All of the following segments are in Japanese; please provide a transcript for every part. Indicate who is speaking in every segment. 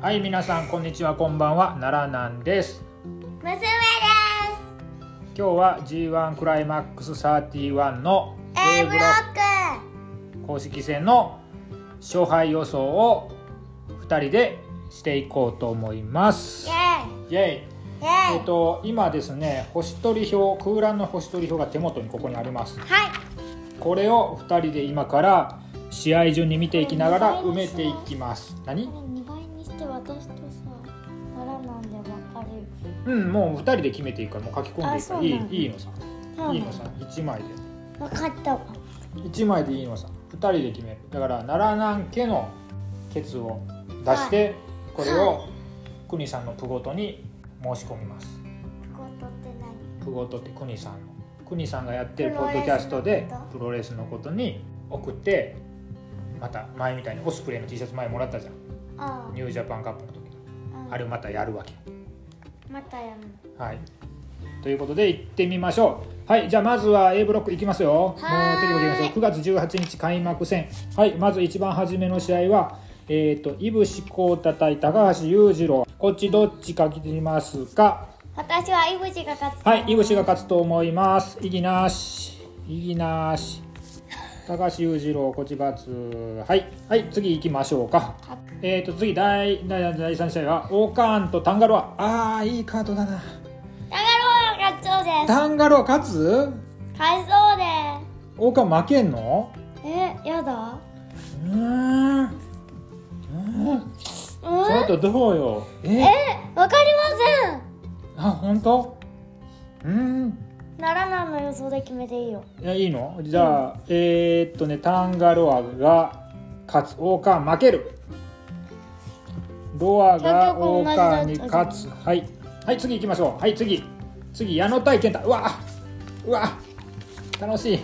Speaker 1: はい、皆さんこんにちは、こんばんは、奈良なんです。
Speaker 2: 娘です
Speaker 1: 今日は G1 クライマックス31の
Speaker 2: A ブロック
Speaker 1: 公式戦の勝敗予想を2人でしていこうと思います
Speaker 2: イ。ェイ
Speaker 1: イエイ
Speaker 2: イェイ、
Speaker 1: えっと今ですね星取り表空欄の星取り表が手元にここにあります
Speaker 2: はい
Speaker 1: これを2人で今から試合順に見ていきながら埋めていきます何
Speaker 2: これ2倍にして私とさ奈良なんで分かれる
Speaker 1: うんもう2人で決めていいからもう書き込んでいいか
Speaker 2: あ
Speaker 1: ら
Speaker 2: そうなん
Speaker 1: い
Speaker 2: だ
Speaker 1: いいいのさいいのさ1枚で
Speaker 2: 分かったわ
Speaker 1: 1枚でいいのさ2人で決めるだから奈良南家のケツを出して、これを国さんのプごとに申し込みます
Speaker 2: ことって何
Speaker 1: プゴトって国さんの国さんがやってるポッドキャストでプ
Speaker 2: プ
Speaker 1: ロレスのことに送ってまた前みたいにオスプレイの T シャツ前もらったじゃん
Speaker 2: あ
Speaker 1: ニュージャパンカップの時
Speaker 2: あ
Speaker 1: あれをまたやるわけ
Speaker 2: またやる
Speaker 1: はいということで行ってみましょうはいじゃあまずは A ブロックいきますよもうテ
Speaker 2: はーい
Speaker 1: レビで言いましょう9月18日開幕戦はいまず一番初めの試合はえっ、といぶしこうた対高橋裕次郎こっちどっちか切りますか
Speaker 2: 私はいぶしが勝つ
Speaker 1: はい、イブシが勝つと思います。異議なし。異議なし。高橋裕次郎、こちばつ。はい、はい、次行きましょうか。
Speaker 2: 勝つ
Speaker 1: えっ、ー、と、次、第、第、第三試合は、オーカーンとタンガロア。ああ、いいカードだな。
Speaker 2: だから勝つそうです
Speaker 1: タンガロア勝つ。
Speaker 2: 勝ちそう
Speaker 1: オーカーン負けんの。
Speaker 2: ですえやだ
Speaker 1: うーん。ち
Speaker 2: うん
Speaker 1: ょっと、どうよ。え
Speaker 2: えわかりません
Speaker 1: あ、本当。うーん。
Speaker 2: 奈良なんの予想で決めていいよ
Speaker 1: いやいいのじゃあ、えー、っとねタンガロアが勝つ王冠負けるロアが王冠に勝つはいはい次行きましょうはい次次矢野対健太うわうわ楽しい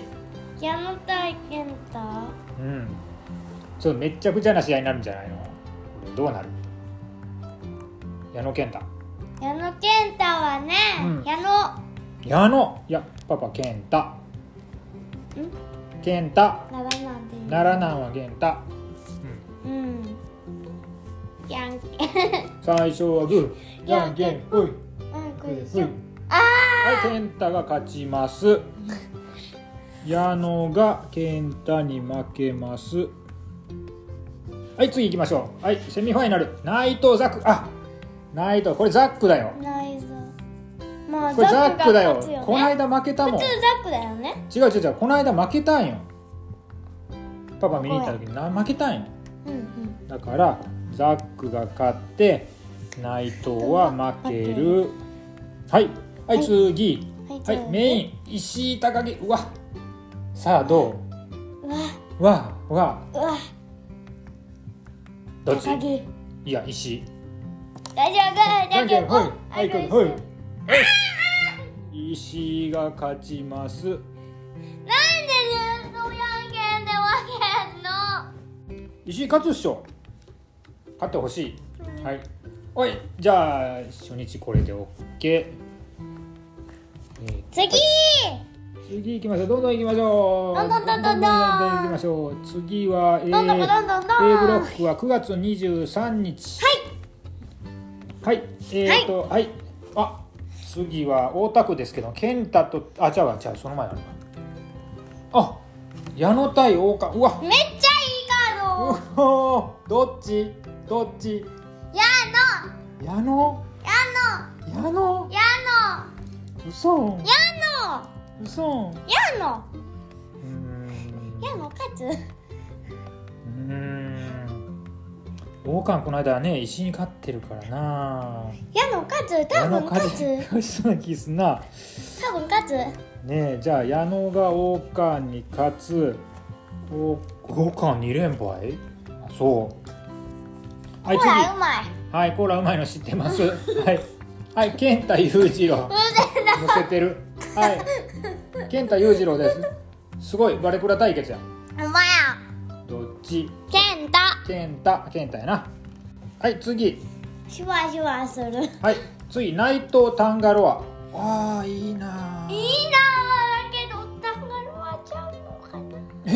Speaker 2: 矢野対健太
Speaker 1: うんちょっとめっちゃくちゃな試合になるんじゃないのこれどうなる矢野健太
Speaker 2: 矢野健太はね、
Speaker 1: うん
Speaker 2: 矢野
Speaker 1: 矢野いやパパ健太健太
Speaker 2: 奈良なんでいい
Speaker 1: 奈良南は健太うん
Speaker 2: うんじゃんけん
Speaker 1: 最初はグーじゃんけんぽい
Speaker 2: うんこ
Speaker 1: グ
Speaker 2: れ
Speaker 1: ー
Speaker 2: で
Speaker 1: グ
Speaker 2: しょ
Speaker 1: ーはい健太が勝ちます矢野が健太に負けますはい次行きましょうはいセミファイナル内藤ザックあ内藤これザックだよ
Speaker 2: 内臓まあ
Speaker 1: これザックだ
Speaker 2: ザックが
Speaker 1: よ
Speaker 2: 勝つ
Speaker 1: この
Speaker 2: よね
Speaker 1: 間負けたもん
Speaker 2: 普
Speaker 1: 違
Speaker 2: 通ザックだよね
Speaker 1: う違う違うこの間負けたんよパパ見に行った時にな負けたんよ
Speaker 2: うんうん
Speaker 1: だからザックが勝って内藤は負けるはいはい
Speaker 2: はい
Speaker 1: 次
Speaker 2: はい
Speaker 1: はいメイン石井高木うわさあど
Speaker 2: うわ
Speaker 1: うわわ
Speaker 2: うわ
Speaker 1: どっち
Speaker 2: 高木
Speaker 1: いや石井
Speaker 2: 大丈夫大丈夫
Speaker 1: はいはいはいはい
Speaker 2: なんで
Speaker 1: 石井が勝ちます
Speaker 2: ずっとじゃんけんで分
Speaker 1: 石井勝つっしょ勝ってほし
Speaker 2: けん
Speaker 1: い
Speaker 2: の
Speaker 1: はいおいじゃあ初日これで OK えー
Speaker 2: 次
Speaker 1: 次行きましょうどんどん行きましょう
Speaker 2: どんどんどんどんどん
Speaker 1: 行きましょう次は A
Speaker 2: どんどんどんどんど
Speaker 1: A ブロ
Speaker 2: ん
Speaker 1: ックは9月23日はいはいえっ、ー、とはい、あ次は大田区ですけど健太とあ違うわ違うその前あるわあ矢野対大岡うわ
Speaker 2: めっちゃいいカード
Speaker 1: うおーどっちどっち
Speaker 2: やの
Speaker 1: 矢野
Speaker 2: や
Speaker 1: 矢野
Speaker 2: のや
Speaker 1: 嘘
Speaker 2: の
Speaker 1: 嘘
Speaker 2: やの
Speaker 1: うーん
Speaker 2: やの勝つ
Speaker 1: うーん王冠この間はね石に勝ってるからな
Speaker 2: やの勝つ多分勝つ
Speaker 1: 矢野勝ちそうな気すんな
Speaker 2: 多分勝つ
Speaker 1: ねえじゃあ矢野が王冠に勝つ王王冠2連敗あそうはい
Speaker 2: ほ
Speaker 1: 次
Speaker 2: らうまい
Speaker 1: はいコーラうまいの知ってますはいはい健太裕次郎乗せてるはい健太裕次郎ですすごいバレプラ対決や
Speaker 2: うまい
Speaker 1: どっち
Speaker 2: ケンタ
Speaker 1: 健太健太やなはい次
Speaker 2: シュワシュワするいいな
Speaker 1: はい次内藤タンガロアあーいいなぁ
Speaker 2: だけどタンガロアちゃうのかな
Speaker 1: え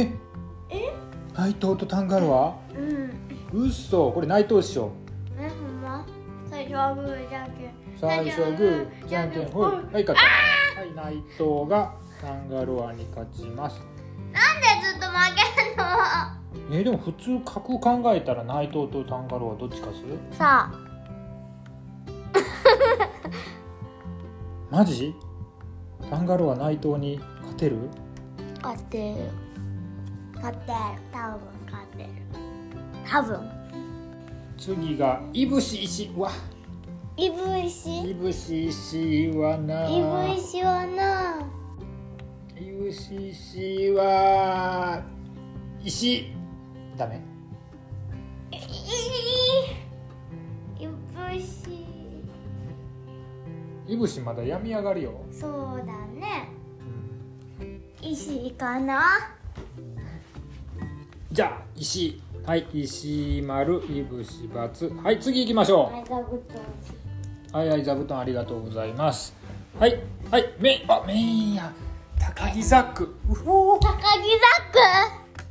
Speaker 1: 内藤とタンガロア
Speaker 2: うん
Speaker 1: 嘘これ内藤っしょ
Speaker 2: ねほん初はグーじゃんけん
Speaker 1: 最初はグーじゃんけんほいはい勝ったはい内藤がカンガロアに勝ちます
Speaker 2: なんでずっと負けんの
Speaker 1: えーでも普通角考えたら内藤とカンガロアどっち勝つ
Speaker 2: さあ
Speaker 1: マジカンガロア内藤に勝てる
Speaker 2: 勝ってる勝ってる多分勝ってる多分
Speaker 1: 次がいぶし石うわ
Speaker 2: いぶし
Speaker 1: いぶし石はない
Speaker 2: ぶしはな
Speaker 1: イブシシは石ダメ
Speaker 2: いぶし
Speaker 1: イブシまだ病み上がるよ
Speaker 2: そうだね石かな
Speaker 1: じゃあ石はい石丸いぶしバツはい次行きましょ
Speaker 2: い座布団
Speaker 1: うはいはい座布団ありがとうございますはいはいメインあメインや高木ザックうほー
Speaker 2: 高木ザッ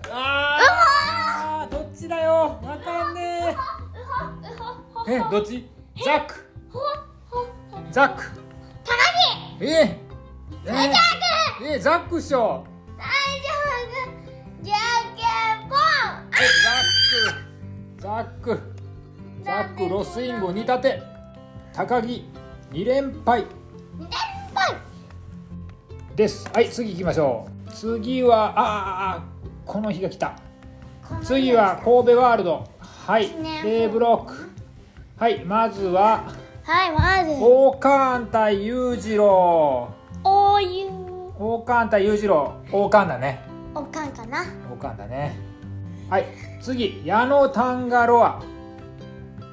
Speaker 2: ク
Speaker 1: あーあーどっちだよわかんね
Speaker 2: うほうほうほ
Speaker 1: ええどっちザック
Speaker 2: ほほ
Speaker 1: ザック
Speaker 2: 高木
Speaker 1: ええええええザックっしょ
Speaker 2: 大丈夫じゃんけんぽん
Speaker 1: ザックザックザックロスインゴ2立て高木2連敗
Speaker 2: 二点ぽん
Speaker 1: ですはい次行きましょう次はあーあーこの日が来た次は神戸ワールドはい
Speaker 2: ね
Speaker 1: A ブロックはいまずは
Speaker 2: はいまず
Speaker 1: 王冠対裕次郎
Speaker 2: お湯
Speaker 1: 王冠対裕次郎王冠だね
Speaker 2: おかんかな
Speaker 1: 王冠だねはい次矢野タンガロア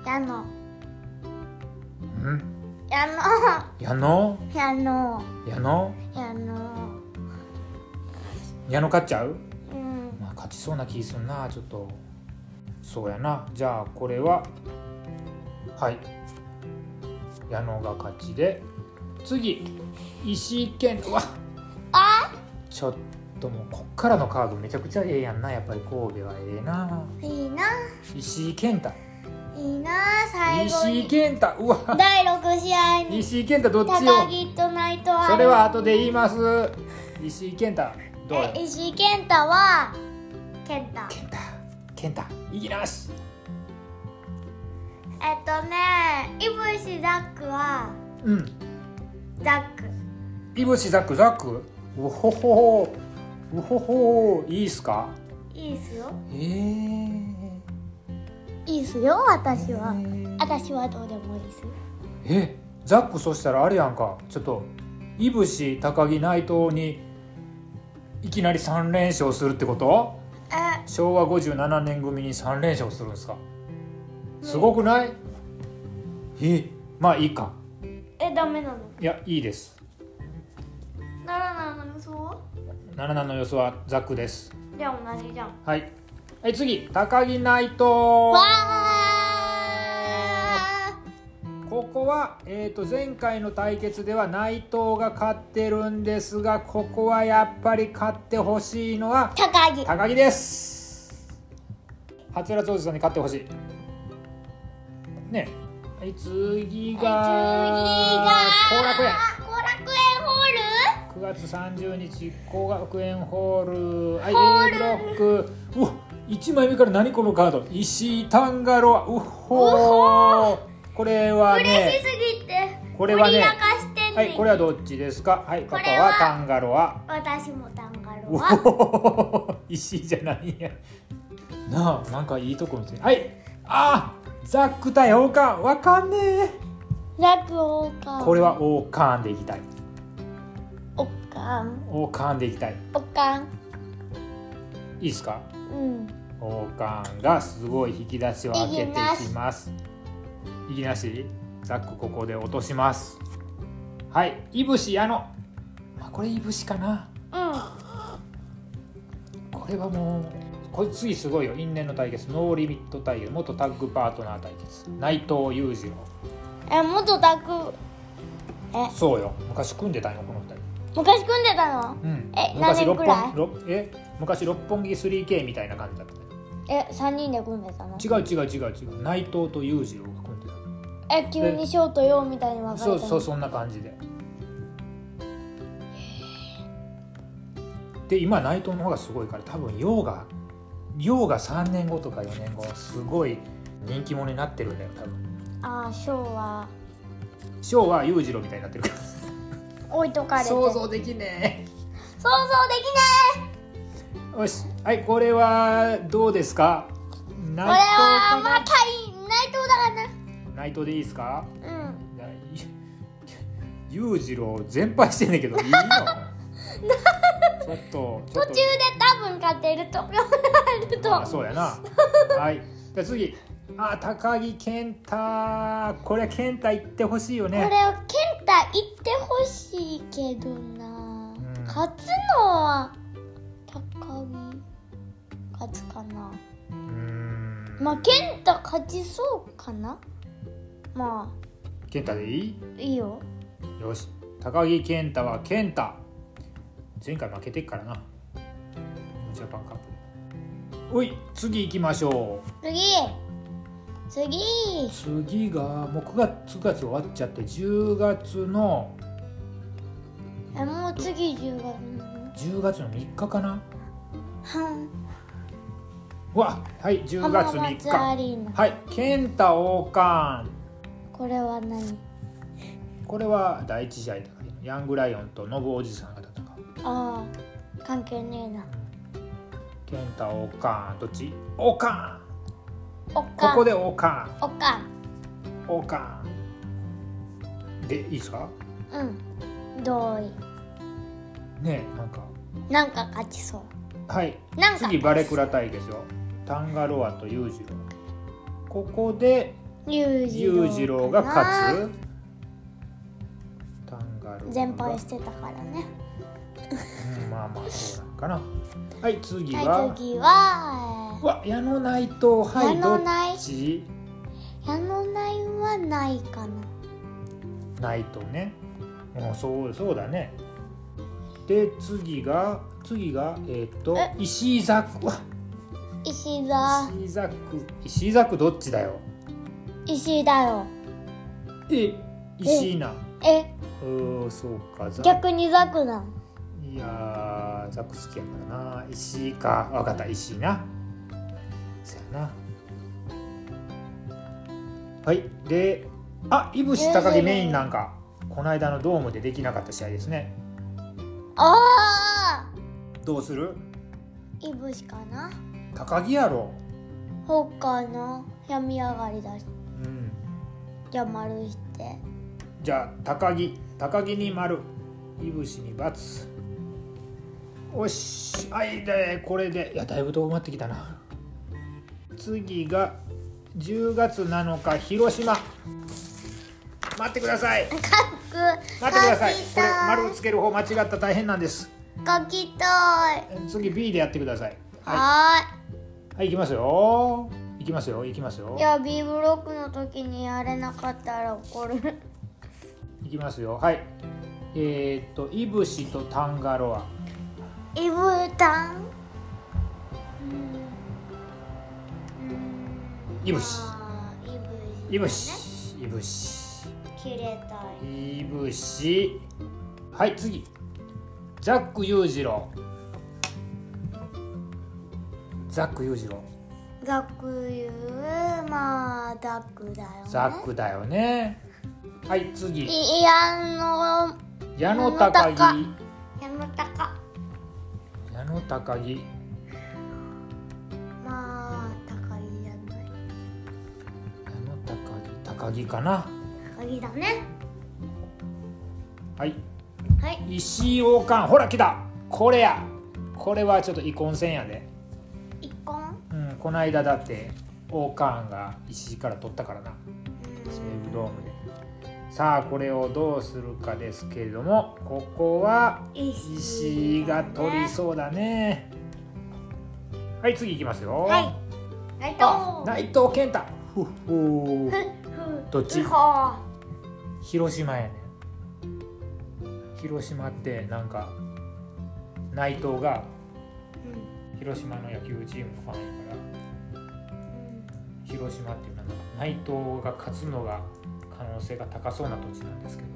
Speaker 2: やの
Speaker 1: ん
Speaker 2: やの
Speaker 1: 矢野
Speaker 2: やの
Speaker 1: 矢野
Speaker 2: やの
Speaker 1: 矢野勝っちゃう
Speaker 2: うん
Speaker 1: まあ勝ちそうな気すんなちょっとそうやなじゃあこれははい矢野が勝ちで次石井健うわ
Speaker 2: あ
Speaker 1: ちょっともうこっからのカードめちゃくちゃええやんなやっぱり神戸はええない
Speaker 2: いな
Speaker 1: 石井健太
Speaker 2: いいな最後
Speaker 1: 石井
Speaker 2: に
Speaker 1: 健太うわ
Speaker 2: 第六試合に
Speaker 1: 石井健太どっちよ
Speaker 2: 高木と内藤
Speaker 1: それは後で言います石井健太どうよ
Speaker 2: え石井健太は健太
Speaker 1: 健太健太いきなし
Speaker 2: えっとねいぶしザックは
Speaker 1: うん
Speaker 2: ザック
Speaker 1: いぶしザクザクうほほほうほほいいっすか
Speaker 2: いいっすよ
Speaker 1: えー、
Speaker 2: いいっすよ私は
Speaker 1: えー
Speaker 2: 私はどうでもいいっすよ
Speaker 1: えザックそしたらあれやんかちょっといぶし高木内藤にいきなり3連勝するってこと
Speaker 2: え
Speaker 1: 昭和57年組に3連勝するんですかすごくないえまあいいか
Speaker 2: えダメなの
Speaker 1: いやいいです
Speaker 2: ならなのそ
Speaker 1: 77の予想はザックです
Speaker 2: うじゃあ同じじゃん
Speaker 1: はいはい次高木内藤
Speaker 2: わ
Speaker 1: ここは、えー、と前回の対決では内藤が勝ってるんですがここはやっぱり勝ってほしいのは
Speaker 2: ー高木
Speaker 1: 高木ですはつらつおじさんに勝ってほしいねえはい次が後楽園
Speaker 2: 後楽園ホー
Speaker 1: 9月30日後楽園ホールはい
Speaker 2: ホール
Speaker 1: A ブロックうわ1枚目から何このカード石井タンガロアうっほーこれは
Speaker 2: ル嬉しす
Speaker 1: ね
Speaker 2: ぎて
Speaker 1: これは
Speaker 2: 掘
Speaker 1: ね
Speaker 2: り明かしてん
Speaker 1: は
Speaker 2: ね
Speaker 1: いこれはどっちですかはい
Speaker 2: こ
Speaker 1: パ
Speaker 2: れは
Speaker 1: パはタンガロア
Speaker 2: 私もタンガロ
Speaker 1: うお
Speaker 2: ア
Speaker 1: ー石井じゃないんやなあなんかいいとこ見てはいあーザック対王冠わかんねえ
Speaker 2: ザクオカン
Speaker 1: これは王冠でいきたい
Speaker 2: オカン
Speaker 1: 王冠でいきたい
Speaker 2: オカン
Speaker 1: いいですか
Speaker 2: うん
Speaker 1: 王冠がすごい引き出しを開けていきますいきなしザックここで落としますはいいぶし矢野まあこれいぶしかな
Speaker 2: うん
Speaker 1: これはもうこれ次すごいよ因縁の対決ノーリミット対決元タッグパートナー対決内藤裕次郎
Speaker 2: え元ザク
Speaker 1: そうよ昔組んでたんよこの二人
Speaker 2: 昔組んでたの
Speaker 1: うん
Speaker 2: え
Speaker 1: 昔
Speaker 2: 何年
Speaker 1: 六
Speaker 2: くらい
Speaker 1: 本六え昔六本木 3K みたいな感じだったね
Speaker 2: え三人で組んでたの
Speaker 1: 違う違う違う違う内藤と裕次郎が組んでた
Speaker 2: え急にショートよみたいに分かれた
Speaker 1: そ
Speaker 2: の
Speaker 1: うそうそんな感じでで今内藤の方がすごいから多分陽が陽が3年後とか4年後すごい人気者になってるんだよ多分
Speaker 2: ああショーは
Speaker 1: 翔は裕次郎みたいになってるか
Speaker 2: 置いとかられて
Speaker 1: 想像できね
Speaker 2: 想像できない
Speaker 1: えよしはいこれはどうですか内
Speaker 2: これはまた
Speaker 1: 藤か
Speaker 2: い内藤だ
Speaker 1: な内藤でいいですか
Speaker 2: からなうん
Speaker 1: いやい裕次郎全敗してんねん けどいいのちょっとち
Speaker 2: 途
Speaker 1: ょっ
Speaker 2: 中
Speaker 1: と
Speaker 2: で多分勝てると思われると
Speaker 1: あそうやなはいじゃあ次あ高木健太これ健太行ってほしいよ
Speaker 2: これを
Speaker 1: ね
Speaker 2: 健太言ってほしいけどな、
Speaker 1: ん
Speaker 2: 勝つのは高木勝つかな
Speaker 1: うーん
Speaker 2: まあ健太勝ちそうかなま
Speaker 1: 健太でいい
Speaker 2: あいいよ
Speaker 1: よし高木健太は健太前回負けてっからなジャパンカップでおい次行きましょう
Speaker 2: 次次
Speaker 1: 次がもう9月9月終わっちゃって10月の
Speaker 2: えもう次10月なの
Speaker 1: 10月の3日かな
Speaker 2: は
Speaker 1: うわはい10
Speaker 2: ん
Speaker 1: 月
Speaker 2: 浜松ア
Speaker 1: 3日
Speaker 2: リーナ
Speaker 1: はい健太王冠
Speaker 2: これは何
Speaker 1: これは第一試合だからヤングライオンとノブおじさんが戦う
Speaker 2: ああ関係ねえな
Speaker 1: 健太オカンどっちオカ
Speaker 2: お
Speaker 1: ンこ
Speaker 2: かん
Speaker 1: こでオカ
Speaker 2: おかん
Speaker 1: ンオカンでいいですか
Speaker 2: うん同意
Speaker 1: ねえなんか
Speaker 2: なんか勝ちそう
Speaker 1: はい
Speaker 2: なんか
Speaker 1: 次バレクラ対ですよタンガロアと裕次郎ここで
Speaker 2: 裕次郎
Speaker 1: 裕次郎が勝つタンガロアが
Speaker 2: 全敗してたからね
Speaker 1: うんまあまあそうなんかなはい次
Speaker 2: はい
Speaker 1: は
Speaker 2: 次は
Speaker 1: うわ矢野内藤は
Speaker 2: 矢野
Speaker 1: い
Speaker 2: 内
Speaker 1: どっち
Speaker 2: 矢野内はないかな
Speaker 1: ないとねもうそうそうだねで次が次がえーっと
Speaker 2: え
Speaker 1: 石井ザクわ
Speaker 2: 石田
Speaker 1: 石井ザク石井ザクどっちだよ
Speaker 2: 石だよ
Speaker 1: え石井な
Speaker 2: え
Speaker 1: うーそうかザ
Speaker 2: 逆にザクなん
Speaker 1: いやーザク好きやからな石井かわかった石井なそやなはいであいぶし高木メインなんかこの間のドームでできなかった試合ですね
Speaker 2: ああ
Speaker 1: どうする
Speaker 2: いぶしかな
Speaker 1: 高木やろ
Speaker 2: ほかな病み上がりだし
Speaker 1: うん
Speaker 2: じゃあ丸して
Speaker 1: じゃあ高木高木に丸いぶしに×おしはいでこれでいやだいぶ遠まってきたな次が10月7日広島待ってください待って
Speaker 2: く
Speaker 1: ください
Speaker 2: 書き
Speaker 1: これ
Speaker 2: た
Speaker 1: 丸つける方間違ったら大変なんです
Speaker 2: 書きたい
Speaker 1: 次 B でやってくださいは、
Speaker 2: はい
Speaker 1: はい、いきますよいきますよいきますよ
Speaker 2: ーいいや B ブロックの時にやれなかったら怒る
Speaker 1: いきますよはいえー、っといぶしとタンガロア
Speaker 2: イブタン
Speaker 1: いぶし
Speaker 2: あーイブ
Speaker 1: いぶしいぶし
Speaker 2: 切れたい
Speaker 1: いぶしはい次ザック裕次郎ザック裕次郎
Speaker 2: ザクユまあザクだよね
Speaker 1: ザックだよねはい次
Speaker 2: いやあの
Speaker 1: 矢野高木
Speaker 2: やめたか
Speaker 1: 矢野高木
Speaker 2: まあ高木じゃない
Speaker 1: 矢野高木高木かな
Speaker 2: 高木だね
Speaker 1: はい
Speaker 2: はい
Speaker 1: 石井王冠ほら来たこれやこれはちょっと遺恨戦やで、
Speaker 2: 一婚
Speaker 1: うん、この間だって王冠が石井から取ったからな西武ドームでさあこれをどうするかですけれどもここは石井が取りそうだねはい次いきますよ
Speaker 2: はい内藤
Speaker 1: あ内藤健太ふっふーどっち
Speaker 2: は
Speaker 1: 広島やね広島ってなんか内藤が広島の野球チームのファンやから広島っていうのは内藤が勝つのが可能性が高そうな土地なんですけど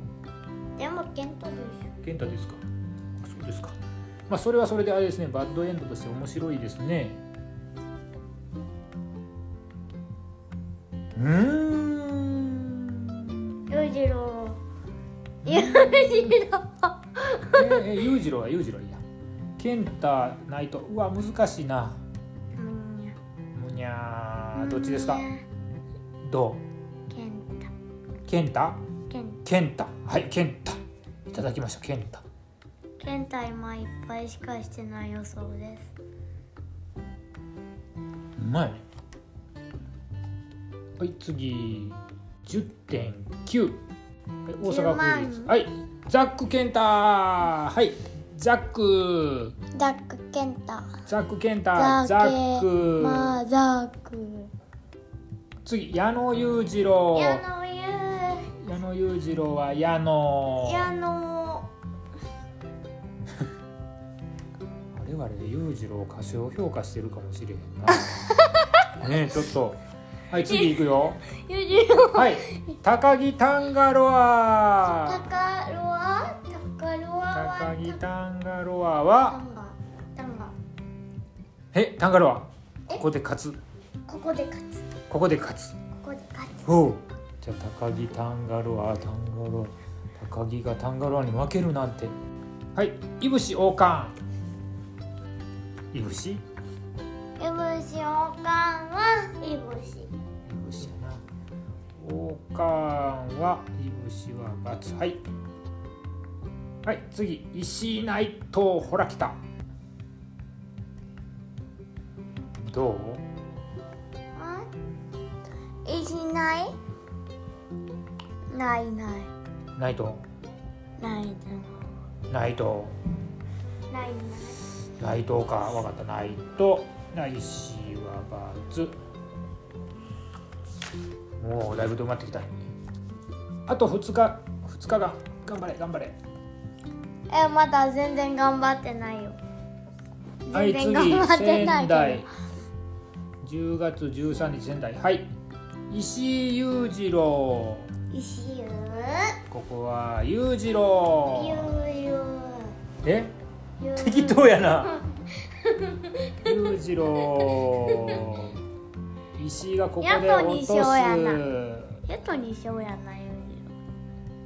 Speaker 2: でもケントでし
Speaker 1: 健太ですかあそうですかまあそれはそれであれですねバッドエンドとして面白いですねうー
Speaker 2: ょ。裕
Speaker 1: ん
Speaker 2: 次郎。裕次郎。
Speaker 1: ええ裕次郎は裕次郎いいや健太内藤うわ難しいなむにゃーどっちですかど
Speaker 2: ケンタ。
Speaker 1: う健太
Speaker 2: ケン
Speaker 1: 健太はい健太いただきました健太
Speaker 2: ケンタ今いっぱいしかしてない予想です。
Speaker 1: うまいねはい次10.9はい大
Speaker 2: 10
Speaker 1: 阪
Speaker 2: 万
Speaker 1: 府立はいザック健太はいザック
Speaker 2: ザックケンタ。
Speaker 1: ザック健太ザ
Speaker 2: ザ
Speaker 1: ッ
Speaker 2: ック
Speaker 1: ク、
Speaker 2: まあザック。
Speaker 1: 次矢野裕次郎
Speaker 2: 矢野ゆ
Speaker 1: 矢野裕次郎は矢野
Speaker 2: 矢野。
Speaker 1: 我々裕次郎を過小評価してるかもしれへん なねえちょっとはい次行くよ
Speaker 2: 裕次郎。
Speaker 1: はい高木タンガロア
Speaker 2: タカロア。タカロアは。
Speaker 1: 高木
Speaker 2: タ
Speaker 1: タンガロア
Speaker 2: タ
Speaker 1: は
Speaker 2: ンガ。タンガ。
Speaker 1: えタンガロア
Speaker 2: え
Speaker 1: ここで勝つ
Speaker 2: ここで勝つ。
Speaker 1: ここで勝つ
Speaker 2: ここで勝つ。
Speaker 1: ほうじゃあ高木タンガロアタンガロア高木がタンガロアに負けるなんてはいいぶし王冠いぶしい
Speaker 2: いぶしおかんはいぶし。
Speaker 1: ぶしやな王冠はいぶしは×はいはい次石井内藤ほらきたどう
Speaker 2: いしないないない
Speaker 1: 内藤
Speaker 2: ないない
Speaker 1: 内藤
Speaker 2: ない
Speaker 1: 内藤か分かった内藤ないしはバツもうだいぶと埋まってきたあと2日2日が頑張れ頑張れ
Speaker 2: えまだ全然頑張ってないよ
Speaker 1: はい
Speaker 2: 全
Speaker 1: 次
Speaker 2: 然頑張ってない
Speaker 1: 仙
Speaker 2: け
Speaker 1: 台10月13日仙台はい石井裕次郎
Speaker 2: ど石ゆ
Speaker 1: ここは裕次郎
Speaker 2: ゆゆ
Speaker 1: え
Speaker 2: ゆ
Speaker 1: 適当やな裕次郎石井がここで落とす
Speaker 2: やっと二勝ややとにしようやなゆ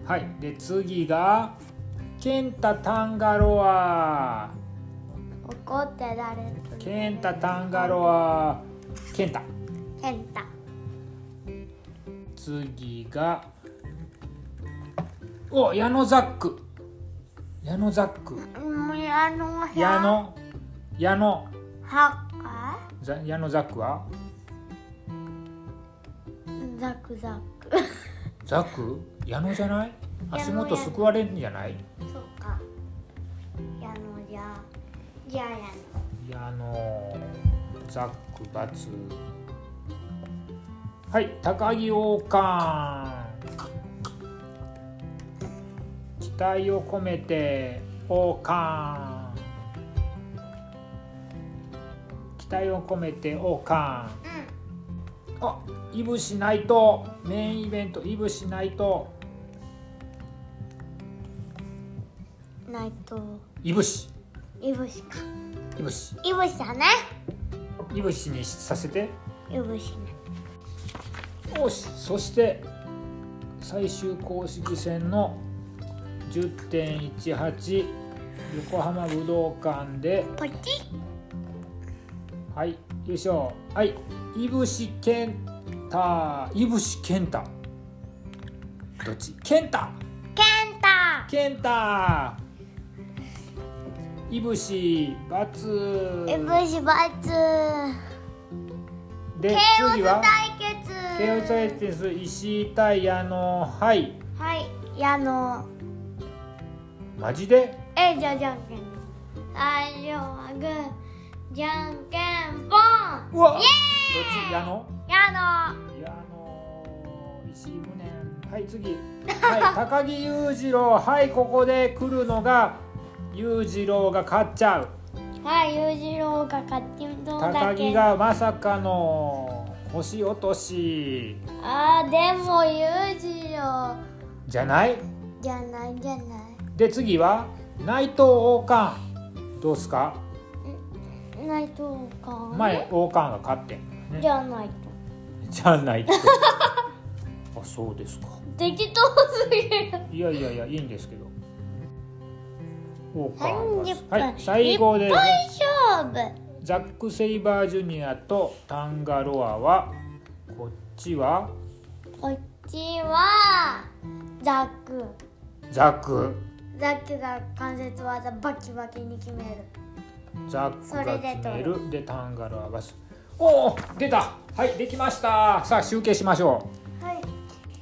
Speaker 1: はいで次が健太タンガロア
Speaker 2: ゆ怒って誰
Speaker 1: 健太タンガロア健太
Speaker 2: ケンタ
Speaker 1: 次がお矢野ザック矢野ザック
Speaker 2: うん矢野さん
Speaker 1: 矢野矢野
Speaker 2: はっか
Speaker 1: ざ矢野ザックは
Speaker 2: ザクザク
Speaker 1: ザック矢野じゃない
Speaker 2: 野
Speaker 1: 足元すくわれるんじゃない
Speaker 2: そっか矢野じゃじゃあ矢野
Speaker 1: 矢野ザックバツはい高木王冠期待を込めて王冠期待を込めて王冠
Speaker 2: うん
Speaker 1: あいぶしないとメインイベントいぶしないと
Speaker 2: ないと
Speaker 1: いぶし
Speaker 2: いぶしか
Speaker 1: いぶし
Speaker 2: いぶしだね
Speaker 1: いぶしにさせて
Speaker 2: いぶしね
Speaker 1: よしそして最終公式戦の10.18横浜武道館で
Speaker 2: ポチ
Speaker 1: はい優勝はいいぶし健太いぶし健太どっち健太
Speaker 2: ケンタ
Speaker 1: 健太いぶしバツ
Speaker 2: いぶしバツ
Speaker 1: で
Speaker 2: ケオス
Speaker 1: 次は
Speaker 2: 対決
Speaker 1: 慶応対決石井対矢野はい
Speaker 2: はい矢野
Speaker 1: マジで
Speaker 2: えじゃあじゃんけん最初はグーじゃんけんぽん
Speaker 1: うわ
Speaker 2: イ
Speaker 1: どっち矢野
Speaker 2: エーイ矢野
Speaker 1: いやあのー、石井無念はい次、 はい、高木裕次郎はいここで来るのが裕次郎が勝っちゃう
Speaker 2: はい裕次郎が勝ちどうだ
Speaker 1: 高
Speaker 2: け
Speaker 1: 木がまさかの星落とし
Speaker 2: あーでも裕次郎
Speaker 1: じゃない
Speaker 2: じゃないんじゃない
Speaker 1: で次は内藤王冠どうっすか
Speaker 2: 内藤か
Speaker 1: 前王冠が勝ってんだよね
Speaker 2: じゃないと
Speaker 1: じゃない ってあそうですか
Speaker 2: 適当すぎる
Speaker 1: いやいやいやいいんですけど王
Speaker 2: 三
Speaker 1: 冠
Speaker 2: 十分、
Speaker 1: ははい最後で
Speaker 2: 一
Speaker 1: す
Speaker 2: 本勝負
Speaker 1: ザック・セイバージュニアとタンガロアはこっちは
Speaker 2: こっちはザック
Speaker 1: ザク
Speaker 2: ザックが関節技バキバキに決める
Speaker 1: ザック
Speaker 2: それ
Speaker 1: が
Speaker 2: で
Speaker 1: 決め
Speaker 2: 取
Speaker 1: るでタンガロアがすおお出たはいできましたさあ集計しましょ
Speaker 2: はい、
Speaker 1: う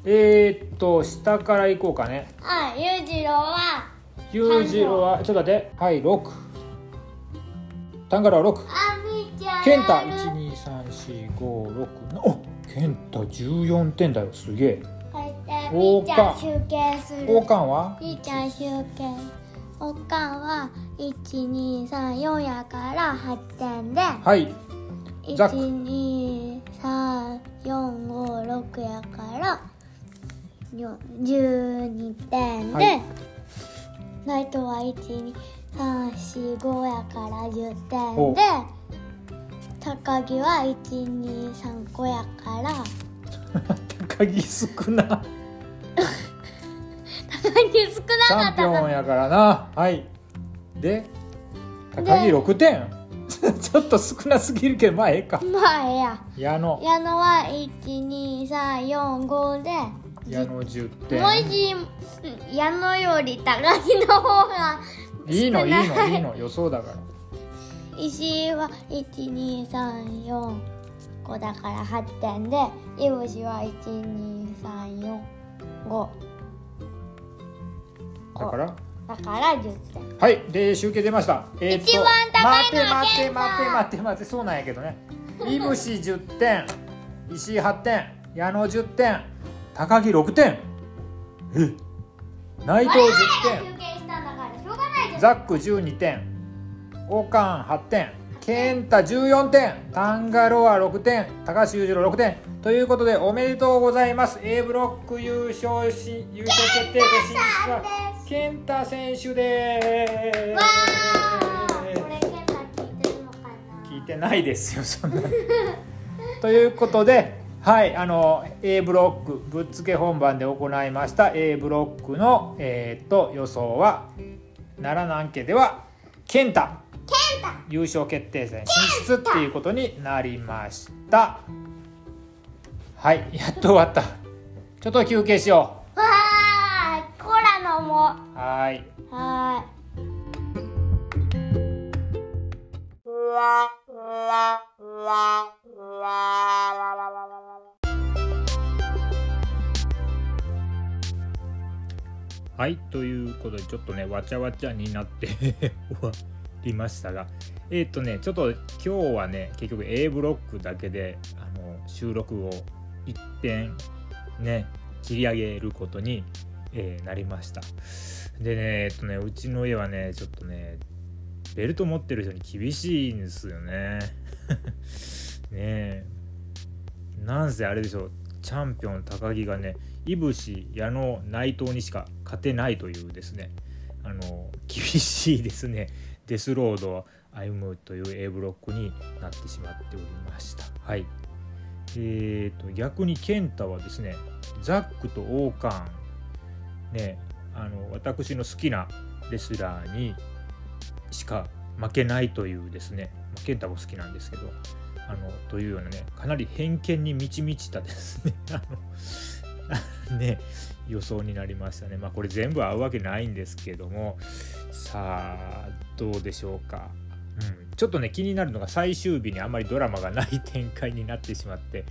Speaker 1: えー、っと下からいこうかね
Speaker 2: あ、裕次郎は
Speaker 1: 裕次郎はちょっと待ってはい6タンガロア6
Speaker 2: あみちゃん
Speaker 1: ケンタ1234567おケンタ14点だよすげえ
Speaker 2: はい、でみーちゃん集計す
Speaker 1: 王
Speaker 2: る
Speaker 1: 冠は
Speaker 2: みーちゃん集計おかんは1234やから8点で
Speaker 1: はい ザック
Speaker 2: 12345やからよ12点で、
Speaker 1: はい
Speaker 2: ナイトは12345やから10
Speaker 1: お
Speaker 2: 点で高木は1235やから
Speaker 1: 高木少な
Speaker 2: 高木少
Speaker 1: チ
Speaker 2: なか
Speaker 1: ャ
Speaker 2: っ
Speaker 1: ンピ
Speaker 2: た
Speaker 1: オン
Speaker 2: な
Speaker 1: やからなはいで高木6点 ちょっと少なすぎるけどまあええか
Speaker 2: まあええや
Speaker 1: 矢野
Speaker 2: 矢野は12345で
Speaker 1: 矢野10点
Speaker 2: もしうん矢野より高木の方が
Speaker 1: いいの
Speaker 2: 少
Speaker 1: いい
Speaker 2: な
Speaker 1: のいいの予想 だから
Speaker 2: 石井は1234個だから8点でいぶしは12345
Speaker 1: だから
Speaker 2: だから10点
Speaker 1: はいで集計出ました、えと
Speaker 2: 一番高いのは
Speaker 1: 待て
Speaker 2: ケンタ
Speaker 1: 待て待て待てそうなんやけどねいぶし10点石井8点矢野10点高木6点え内藤10点
Speaker 2: 休憩したんだからしょうがない
Speaker 1: ザック12点王冠8点ケンタ14点タンガロア6点高橋裕次郎6点ということでおめでとうございます A ブロック優勝し優勝決定と進出はケンタ選手で
Speaker 2: わ
Speaker 1: す
Speaker 2: ーこれケンタ聞いてるのかな
Speaker 1: 聞いてないですよそんなの ということではいあの A ブロックぶっつけ本番で行いました A ブロックの、えー、と予想は奈良南家では健太
Speaker 2: ケンタ
Speaker 1: 優勝決定戦進出っていうことになりましたはいやっと終わったちょっと休憩しよ
Speaker 2: わーコーラ飲も
Speaker 1: うはーいう
Speaker 2: は
Speaker 1: はいということでちょっとねわちゃわちゃになって 終わりましたがえっ、とねちょっと今日はね結局 A ブロックだけであの収録を一点ね切り上げることに、えーなりましたでねえっとねうちの家はねちょっとねベルト持ってる人に厳しいんですよね ねえなんせあれでしょチャンピオン高木がねいぶし矢野内藤にしか勝てないというですねあの厳しいですね デスロードを歩むという A ブロックになってしまっておりましたはいえー、と逆に健太はですねザックと王冠ねあの私の好きなレスラーにしか負けないというですね、まあ、健太も好きなんですけどあのというようなねかなり偏見に満ち満ちたですね あの ね予想になりましたねまあこれ全部合うわけないんですけどもさあどうでしょうか、うん、ちょっとね気になるのが最終日にあまりドラマがない展開になってしまって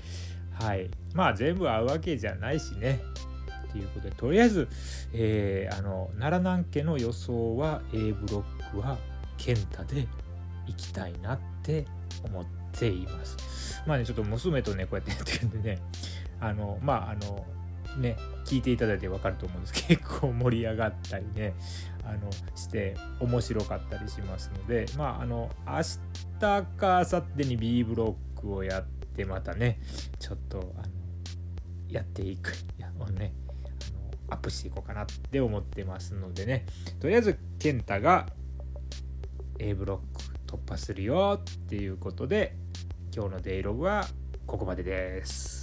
Speaker 1: はいまあ全部合うわけじゃないしねということでとりあえず、えーあの奈良南家の予想は A ブロックは健太で行きたいなって思っています。まあねちょっと娘とねこうやってやってるんでねあのまああのね聞いていただいて分かると思うんです結構盛り上がったりねあのして面白かったりしますのでまああの明日か明後日に B ブロックをやってでまたねちょっとあのやっていくいやもうねあのアップしていこうかなって思ってますのでねとりあえず健太が A ブロック突破するよっていうことで今日の「デイログ」はここまでです。